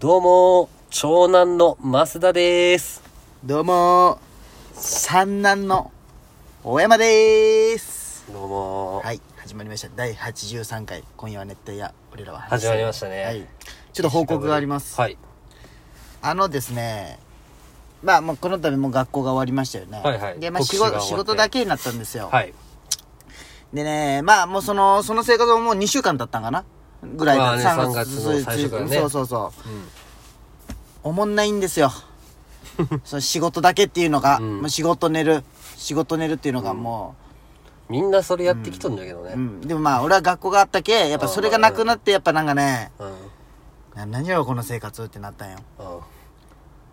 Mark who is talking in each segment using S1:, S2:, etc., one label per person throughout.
S1: どうも、長男の増田です。
S2: どうも三男の大山でーす
S1: どうも。
S2: はい始まりました第83回今夜は熱帯夜俺らは話
S1: 始
S2: せ
S1: ま
S2: る
S1: りましたね。
S2: はいちょっと報告があります、
S1: はい。
S2: あのですねまあもうこの度もう学校が終わりましたよね
S1: はいはい
S2: でまあ
S1: 告
S2: 仕
S1: 知が終わっ
S2: 事
S1: て
S2: 仕事だけになったんですよ、
S1: はい。
S2: でねまあもうそのその生活ももう2週間経ったんかなぐらい
S1: まあね
S2: 3
S1: 3月の最初からね
S2: そうそうそう
S1: うん。
S2: おもんない んですよその仕事だけっていうのが、
S1: うん
S2: もう仕事寝る仕事寝るっていうのがもう、
S1: みんなそれやってきとんだけどね。う
S2: う
S1: ん。
S2: ん、でもまあ俺は学校があったけやっぱそれがなくなってやっぱなんかね
S1: うん。
S2: な何やろこの生活ってなったんよ
S1: う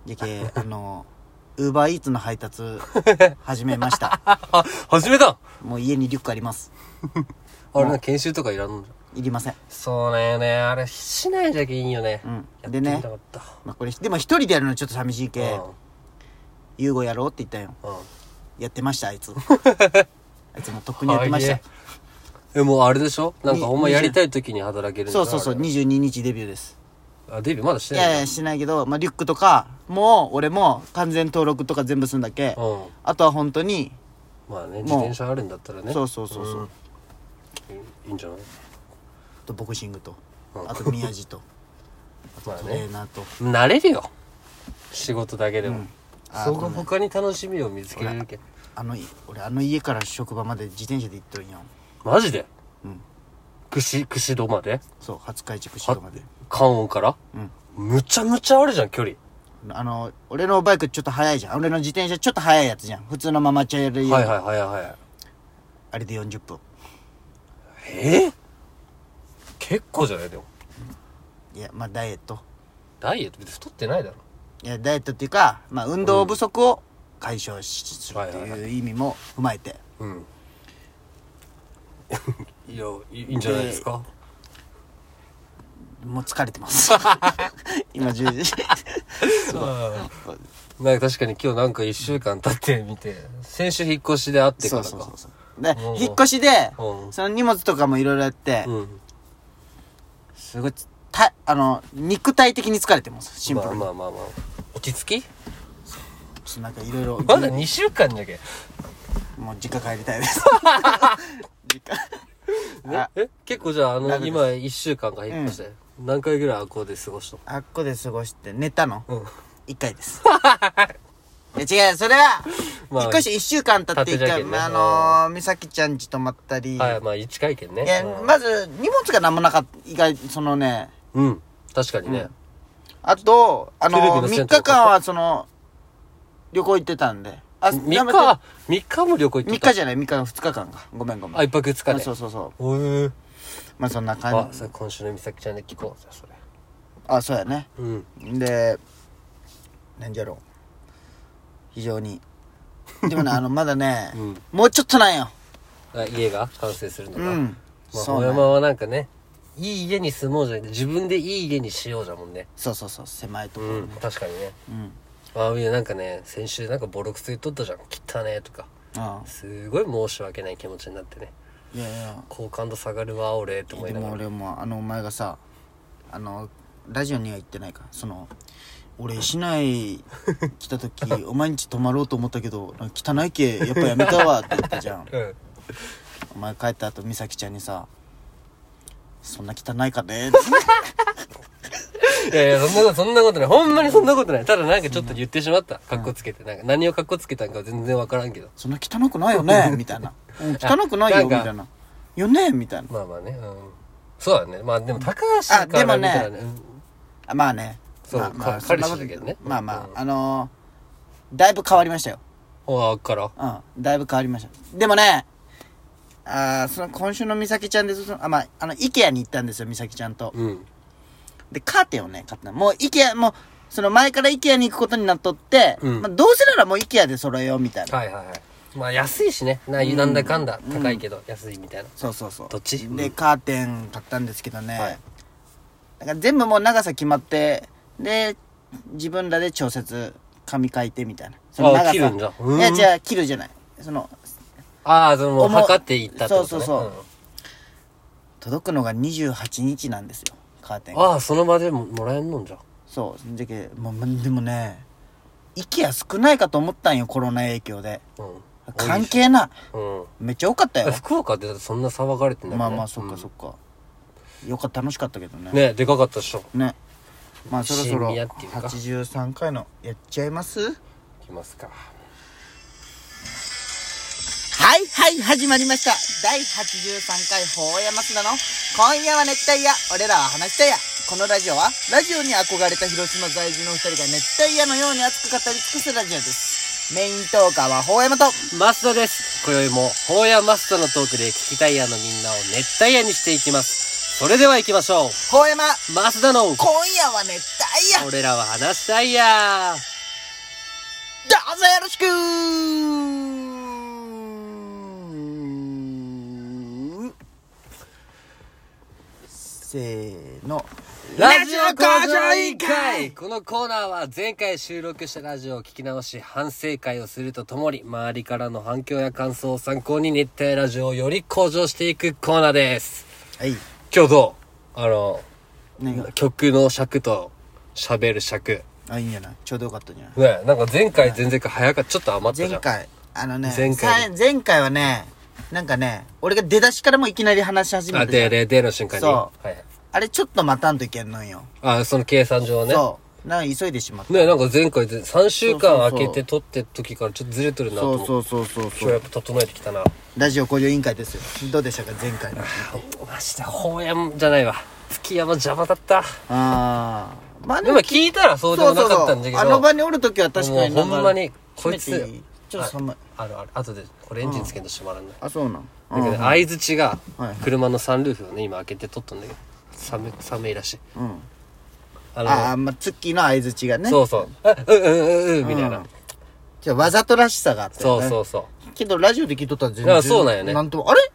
S1: ん
S2: でけ あのウーバーイーツの配達始めま した
S1: あ、始めた
S2: もう家にリュックあります
S1: あれな、研修とかいらんのじゃん。
S2: いりません、
S1: そうなんよね。あれ、しないじゃけいいよね。
S2: う
S1: やっ
S2: ん、
S1: て
S2: で
S1: み
S2: ね
S1: た、かった。
S2: まあ、これでも一人でやるのちょっと寂しいけ優吾やろうって言ったんよ
S1: うん。うん。
S2: やってました あいつあいつもうとっくにやってまし
S1: は
S2: た
S1: いえ、もうあれでしょなんか
S2: に
S1: お前やりたい時に働けるんじ
S2: そ
S1: ゃ
S2: うそうそう
S1: あれ
S2: 22日デビューです
S1: あ、デビューまだし
S2: い
S1: てない
S2: やいやしてないけど、まあ、リュックとかもう俺も完全登録とか全部すんだけ
S1: うん。
S2: あとは本当に
S1: まあね、自転車あるんだったらね。
S2: そうそうそうそう、
S1: うん。いいんじゃない
S2: とボクシングと
S1: うん
S2: あと宮地と
S1: まあ
S2: トレ
S1: ね
S2: ー。ナーと
S1: 慣れるよ仕事だけでも、
S2: あ
S1: そこ他に楽しみを見つけれるけ
S2: あの俺あの家から職場まで自転車で行っとるんよ
S1: マジで、
S2: うん
S1: 串串戸まで
S2: そう初海地区市場まで
S1: 関音から
S2: うん
S1: むちゃむちゃあるじゃん距離
S2: あの俺のバイクちょっと速いじゃん俺の自転車ちょっと速いやつじゃん普通のママチャリより
S1: はいはいはいはい
S2: あれで40分
S1: えー、結構じゃないでも
S2: いやまあダイエット
S1: ダイエット別に太ってないだろ
S2: いやダイエットっていうか、まあ、運動不足を解消しするって
S1: はいはい
S2: いう意味も踏まえて
S1: うんいやいいいんじゃないですか
S2: もう疲れてます 今10時
S1: うんなんか確かに今日なんか1週間経ってみて先週引っ越しで会ってか
S2: そ
S1: ら
S2: う
S1: か
S2: そうそうそうで
S1: うん
S2: 引っ越しで
S1: うん
S2: その荷物とかもいろいろやって、
S1: うん
S2: すごいつたあの肉体的に疲れてますシンプルに、
S1: まあまあまあまあ落ち着き
S2: ちょっとなんかいろいろ
S1: まだ2週間じゃけ
S2: もう実家帰りたいです 実家あ
S1: え結構じゃああ
S2: ラグ
S1: の
S2: です
S1: 今1週間が引っ越して、何回ぐらいあこうで過ごした
S2: あっこで過ごして寝たの
S1: うん
S2: 1回です いや違うそれは
S1: まあ
S2: 引っ越して1週間経って
S1: 立て
S2: 1
S1: じゃけ
S2: 回、
S1: んね
S2: まあ、あのー美咲ちゃん家泊まったり、
S1: はいまあ1回見ね
S2: いや
S1: うん
S2: まず荷物が何もなかった意外そのね
S1: うん確かにね、
S2: あとあの
S1: テレビの
S2: ー、
S1: 線
S2: 3
S1: とか
S2: 日間はその旅行行ってたんであ
S1: 三3日三日も旅行行って
S2: 3
S1: た
S2: 日じゃない3日の2日間かごめんごめん
S1: あ一泊二日
S2: まあ
S1: で
S2: そうそうそう
S1: おー
S2: まあそんな
S1: あ
S2: 感じ
S1: それ今週の美咲ちゃんで聞こうじゃあそれ
S2: あそうやね
S1: うん
S2: でなんじゃろう非常にで もねあのまだね、
S1: うん
S2: もうちょっとなんよ
S1: あ家が完成するの
S2: う
S1: か、
S2: ん
S1: まあ
S2: そ
S1: 大
S2: う、
S1: 山
S2: ね、
S1: はなんかねいい家に住もうじゃなくて自分でいい家にしようじゃもんね
S2: そうそうそう狭いと
S1: うん
S2: ころ、
S1: 確かにね
S2: うん
S1: ああいやなんかね先週なんかボロクソ言っとったじゃん汚ねえとか
S2: あ
S1: すごい申し訳ない気持ちになってね
S2: あいやいや
S1: 好感度下がるわ俺と思い
S2: で
S1: なが
S2: も
S1: ら
S2: 俺もあのお前がさあのラジオには行ってないからその俺市内来た 時お前んち泊まろうと思ったけどなんか汚いけやっぱやめたわって言ったじゃん
S1: うん
S2: お前帰った後美咲ちゃんにさ「そんな汚いかね」って
S1: いやいやそんなことそんなことないほんまにそんなことないただなんかちょっと言ってしまったかっこつけてなんか何をかっこつけたんかは全然わからんけど
S2: そんな汚くないよねみたいな。うん汚くないよ、
S1: なん
S2: み
S1: か
S2: たいな。よねみたいな。
S1: まあまあねうんそうだねまあでも高橋
S2: あ
S1: か
S2: で
S1: ら
S2: も
S1: 見
S2: ね
S1: たらねうん
S2: あまあね。
S1: そう
S2: まあまあ、
S1: か彼氏
S2: そんなこと
S1: だけどね
S2: まあま
S1: うん
S2: あ、あのー、だいぶ変わりましたよ。
S1: ああから
S2: うん。だいぶ変わりました。でもね、あーその今週の美咲ちゃんで、そのあ、まあ、あの、IKEA に行ったんですよ、美咲ちゃんと。
S1: うん
S2: で、カーテンをね、買ったのもう IKEA、もう、その前から IKEA に行くことになっとって、
S1: うん
S2: まあ、どうせならもう IKEA で揃えよう、みたいな。
S1: はいはいはいまあ安いしねななんだかんだ高いけど安いみたいな
S2: そうそうそう。
S1: どっちう
S2: で、
S1: ん
S2: カーテン買ったんですけどね、
S1: はい
S2: なんか全部もう長さ決まってで自分らで調節紙書いてみたいなその長さ
S1: あ切るんだうん
S2: いやじゃあ切るじゃないその
S1: ああその
S2: 重
S1: 測っていったってこと
S2: そう
S1: ね
S2: そうそう届くのが28日なんですよカーテ
S1: う
S2: ン
S1: んああその場でももらえんのんじゃ
S2: そうそんじゃけもうまでもね息が少ないかと思ったんよコロナ影響で
S1: うん
S2: 関係な
S1: うん
S2: めっちゃ多かったよ
S1: 福岡ってだってそんな騒がれてない
S2: まあまあそっかそ
S1: っ
S2: っか、よかった楽しかったけどね
S1: ねでかかったっしょ
S2: ねまあそろそろ
S1: 深夜っていうか
S2: 83回のやっちゃいます
S1: いきますか
S2: はいはい、始まりました。第83回、法山須田の、今夜は熱帯夜、俺らは話したいや。このラジオは、ラジオに憧れた広島在住の二人が熱帯夜のように熱く語り尽くすラジオです。メイントーカーは法山と、
S1: マスタです今宵も法やマスタのトークで聞きたいやのみんなを熱帯夜にしていきますそれでは行きましょう
S2: 法山、
S1: マスダの
S2: 今夜は熱帯夜、
S1: 俺らは話したいや
S2: どうぞよろしくせーの、
S1: ラジオ向上委員会このコーナーは前回収録したラジオを聞き直し反省会をするとともに周りからの反響や感想を参考に熱帯ラジオをより向上していくコーナーです
S2: はい。
S1: 今日どうあの
S2: 何が
S1: 曲の尺と喋る尺
S2: あ、いいんじゃないちょうどよかったんじゃない
S1: ねなんか前回前々回早かったちょっと余ったじゃ
S2: 前
S1: ん
S2: 回、あのね、
S1: 前回
S2: さ前回はね、なんかね、俺が出だしからもういきなり話し始め
S1: あ
S2: たじゃん
S1: でででの瞬間に
S2: そ
S1: はい、
S2: あれちょっと待たんといけんのんよ。
S1: あその計算上ね
S2: そう。なんか急いでしまった。
S1: ねなんか前回で3週
S2: そうそ
S1: 間
S2: うそう
S1: 空けて撮ってる時からちょっとずれとるなと
S2: そ
S1: 思
S2: う
S1: って
S2: そうそうそう
S1: 今日
S2: そ
S1: やっ
S2: う。
S1: ぱ整えてきたな
S2: ラジオ向上委員会ですよ。どうでしたか、前回の。
S1: マジで法山じゃないわ月山邪魔だった
S2: あー。まあ
S1: でも聞いたらそうでもなかったんだけど
S2: あの場におるときは確かに
S1: もうほんま
S2: なん
S1: に
S2: か
S1: こいつ
S2: 閉めていいちょっと寒い。
S1: あるある後でこれエンジンつけんと閉まらない、
S2: あ、そうなん。
S1: だけど相づちが
S2: はい
S1: 車のサンルーフをね今開けて撮ったんだけど寒い寒いらしい
S2: うんうん。
S1: あの
S2: あー、まあ、ツッキーの相づちがね。
S1: そうそうあうんうんうんうんみたいな、
S2: うんじゃあわざとらしさがあった
S1: そ
S2: よ
S1: う
S2: ね。
S1: そうそう
S2: けどラジオで聞いとったら全
S1: だか
S2: 然
S1: らそうなんよね
S2: なんともあれ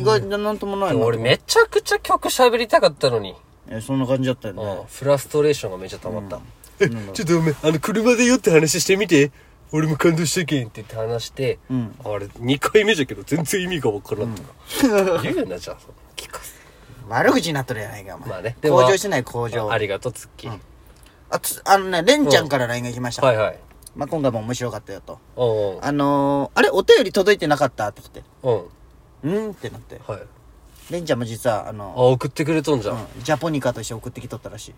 S2: 意外となんともない
S1: で
S2: な
S1: も俺めちゃくちゃ曲喋りたかったのに、
S2: えそんな感じだったよね
S1: うん、フラストレーションがめっちゃ溜まった、え
S2: なんだ
S1: ちょっとお前あの車でよって話してみて俺も感動したけんって言って話して、
S2: うん
S1: あれ2回目じゃけど全然意味が分からんとか、言うよなじゃあその聞かせ
S2: 悪口になっとるやないかお前、
S1: まあねでも
S2: 向上してない向上
S1: ありがとうツッキー、
S2: あつあのねレンちゃんから LINE が来ました、
S1: はいはい
S2: まあ、今回も面白かったよと
S1: うんうん
S2: あのー、あれお便り届いてなかったって来て
S1: うん
S2: うんってなって
S1: はい
S2: レンちゃんも実はあ
S1: あ
S2: の
S1: 送ってくれとんじゃん、
S2: うんジャポニカとして送ってきとったらしい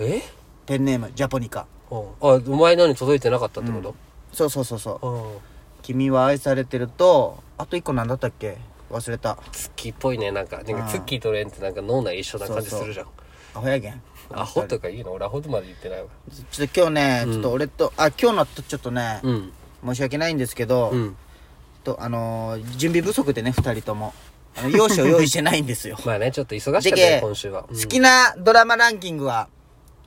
S1: え
S2: ペンネームジャポニカ
S1: うんあお前のに届いてなかったってこと、
S2: そうそうそうそう
S1: うん、
S2: 君は愛されてるとあと一個なんだったっけ忘れた
S1: ツッキーっぽいねなんかなん
S2: う
S1: か
S2: ん
S1: ツッキーとレンってなんか脳内一緒な感じするじゃん
S2: アホやげん
S1: アホとか言うの俺アホとまで言ってないわ
S2: ちょっと今日ね、ちょっと俺と、あ、今日のとちょっとね、
S1: うん
S2: 申し訳ないんですけど、
S1: うん
S2: と、あのー準備不足でね、二人とも。あの、用紙を用意してない
S1: 。
S2: んですよ
S1: まあねちょっと忙し
S2: で
S1: かった
S2: け
S1: ね、今週は、うん
S2: 好きなドラマランキングは、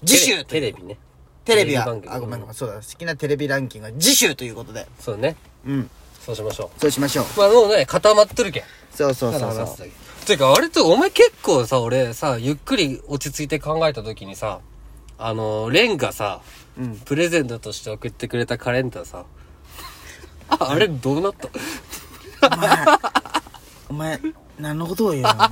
S2: 次週と
S1: テ
S2: いう
S1: レビね
S2: テレビは、
S1: テレビ番組
S2: あ、ごめんごめん、そうだ、好きなテレビランキングは次週ということで。
S1: そうね
S2: うん。
S1: そうしましょ
S2: そうしましょう。
S1: うまあもうね固まっとるけん
S2: そうそうそう
S1: 話す
S2: そ
S1: だけてかあれとお前結構さ俺さゆっくり落ち着いて考えた時にさあのレンがさ、
S2: うん
S1: プレゼントとして送ってくれたカレンダーさ ああれどうなった
S2: う。お前、何のことを言 うのお前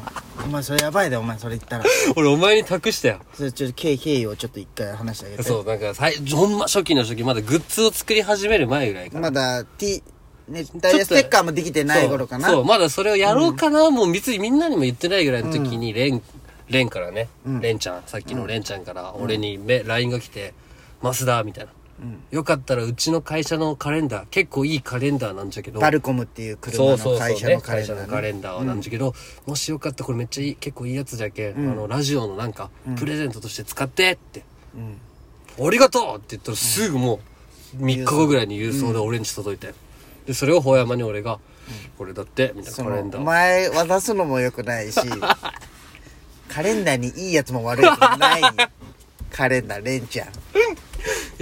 S2: お前、それやばいで、お前、それ言ったら。
S1: 俺お前に託したよ
S2: それ、ちょっと、経緯、経緯をちょっと一回話してあげて。
S1: そうなんかさいほんま初期の初期まだグッズを作り始める前ぐらいから
S2: まだ、T、ね、ダイヤステッカーもできてない頃かな。
S1: そうそうまだそれをやろうかな、もう別にみんなにも言ってないぐらいの時に、レンレンからね、レンちゃんさっきのレンちゃんから俺にめ LINE が来て「マスダー」みたいな、よかったらうちの会社のカレンダー結構いいカレンダーなんじゃけど
S2: バルコムっていう
S1: そ
S2: 車
S1: うそうそ
S2: の
S1: う
S2: 会社
S1: ね
S2: のカレ
S1: 会
S2: ンダ
S1: 社
S2: ーね
S1: のカレンダーなんじゃけど、もしよかったらこれめっちゃいい結構いいやつじゃけ、あのラジオのなんか、プレゼントとして使ってって、ありがとうって言ったらすぐもう3日後ぐらいに郵送で俺んち届いて、でそれを法山に俺が、これだってみたいな
S2: そ
S1: カレンダ
S2: の
S1: ー
S2: 前渡すのも良くな いしカレンダーにいいやつも悪いやつもないカレンダーレンちゃん
S1: い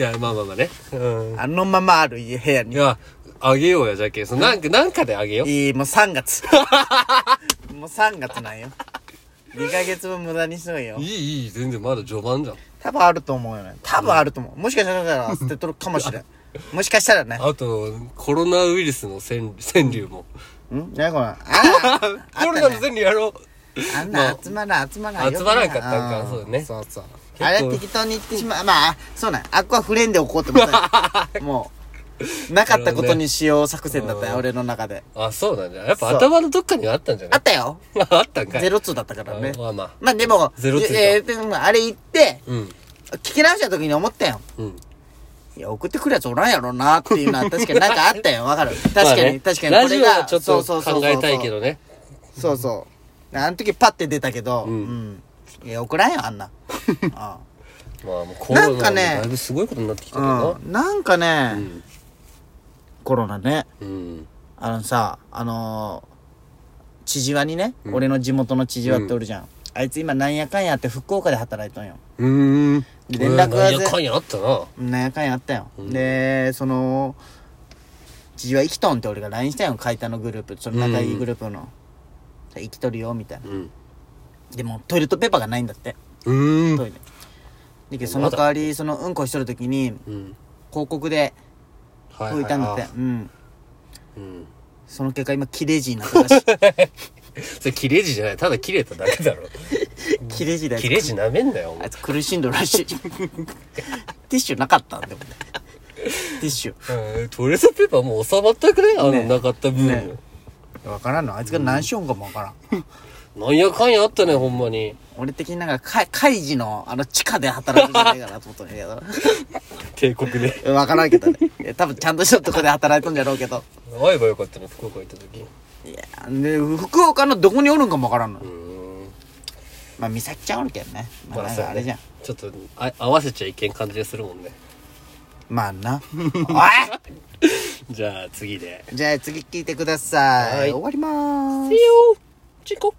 S1: やまあまあまあねうん
S2: あのままある家部屋
S1: い
S2: に
S1: やあげようやじゃけそのなんかなんかであげよう
S2: いいもう3月 もう3月なんよ2ヶ月分無駄にしとんよ
S1: いいいい全然まだ序盤じゃん
S2: 多分あると思うよね多分あると思うもしかしたら捨てとるかもしれんもしかしたらね
S1: あとコロナウイルスの川川柳も
S2: ん何これあ あ
S1: コロナの川柳やろう
S2: あんな集まらん集まらん
S1: 集まらんかったんか
S2: よくない
S1: そうね
S2: そうそうあれは適当に言ってしまうまあそうなんあっこはフレンでおこうって 思ったよもうなかったことにしよう作戦だったよ、
S1: うん
S2: 俺の中で
S1: あ、そうなんだ。やっぱ
S2: そう
S1: 頭のどっかにはあったんじゃな
S2: あ
S1: い
S2: ったよ
S1: あったんかい。
S2: ゼロツーだったからね
S1: あまあまあ。
S2: まあでも
S1: ゼロツーか
S2: えーでもあれ言って
S1: うん。
S2: 聞き直した時に思ったよ
S1: うん。
S2: いや送ってくるやつおらんやろなっていうのは確かになんかあったよわかる確か に、
S1: まあね
S2: 確かに
S1: ラジオ
S2: これ
S1: は
S2: が
S1: ちょっ
S2: そ
S1: と
S2: うそうそう
S1: 考えたいけどね。
S2: そうそう。あの時パッて出たけど、うんん。いや、送らんよ、あんな。あ
S1: まあもうコロナ
S2: なんか
S1: も
S2: ね
S1: だいぶすごいことになってきたけど
S2: あ
S1: な。
S2: うん。なんかね、
S1: うん。
S2: コロナね、
S1: うん。
S2: あのさ、あのー、千々和にね、
S1: うん
S2: 俺の地元の千々和っておるじゃん。あいつ今なんやかんやって福岡で働いとんよ。
S1: うーん。
S2: 連絡が
S1: うんなんやかんやあったな。
S2: なんやかんやあったよ。
S1: うん
S2: で、その、千々和生きとんって俺が LINE したよ、解体のグループ。その仲いいグループの。生きとるよ、みたいな。
S1: うん。
S2: でもトイレットペーパーがないんだって、
S1: うー
S2: ト
S1: ん。
S2: イレ。だけどその代わり、そのうんこしとるときに、
S1: うん。
S2: 広告で
S1: は
S2: 解いたんだって、うん
S1: うん。
S2: その結果今切れ字になったら しい
S1: それ切れ字じゃない。ただ切れただけだろ。
S2: 切れ字だよ
S1: 切れ字なめんなよ、お
S2: あ
S1: 前
S2: い。つ苦しんどるらしい ティッシュなかったんだよティッシュ
S1: うんトイレットペーパーもう収まったくねあの、
S2: ね
S1: なかった分、
S2: ね分からんのあいつが何しよんかも分からん、
S1: なんやかんやあったね、ほんまに。
S2: 俺的になんかか開示のあの地下で働くんじゃないかなと思ったんだけど
S1: 帝国で。
S2: 分からんけど ねいや多分ちゃんとしたとこで働いとんじゃろうけど
S1: 会えばよかったね、福岡行った時。
S2: いやで福岡のどこにおるんかも分からんの
S1: うーん。
S2: まあ美咲ちゃんおるけどねまあなん
S1: そう
S2: か
S1: ね
S2: あれじゃん、
S1: ちょっとあ、合わせちゃいけん感じがするもんね。
S2: まあな おい
S1: じゃあ、次で。
S2: じゃあ次聞いてください、
S1: はい
S2: 終わりまーす
S1: See you! チコ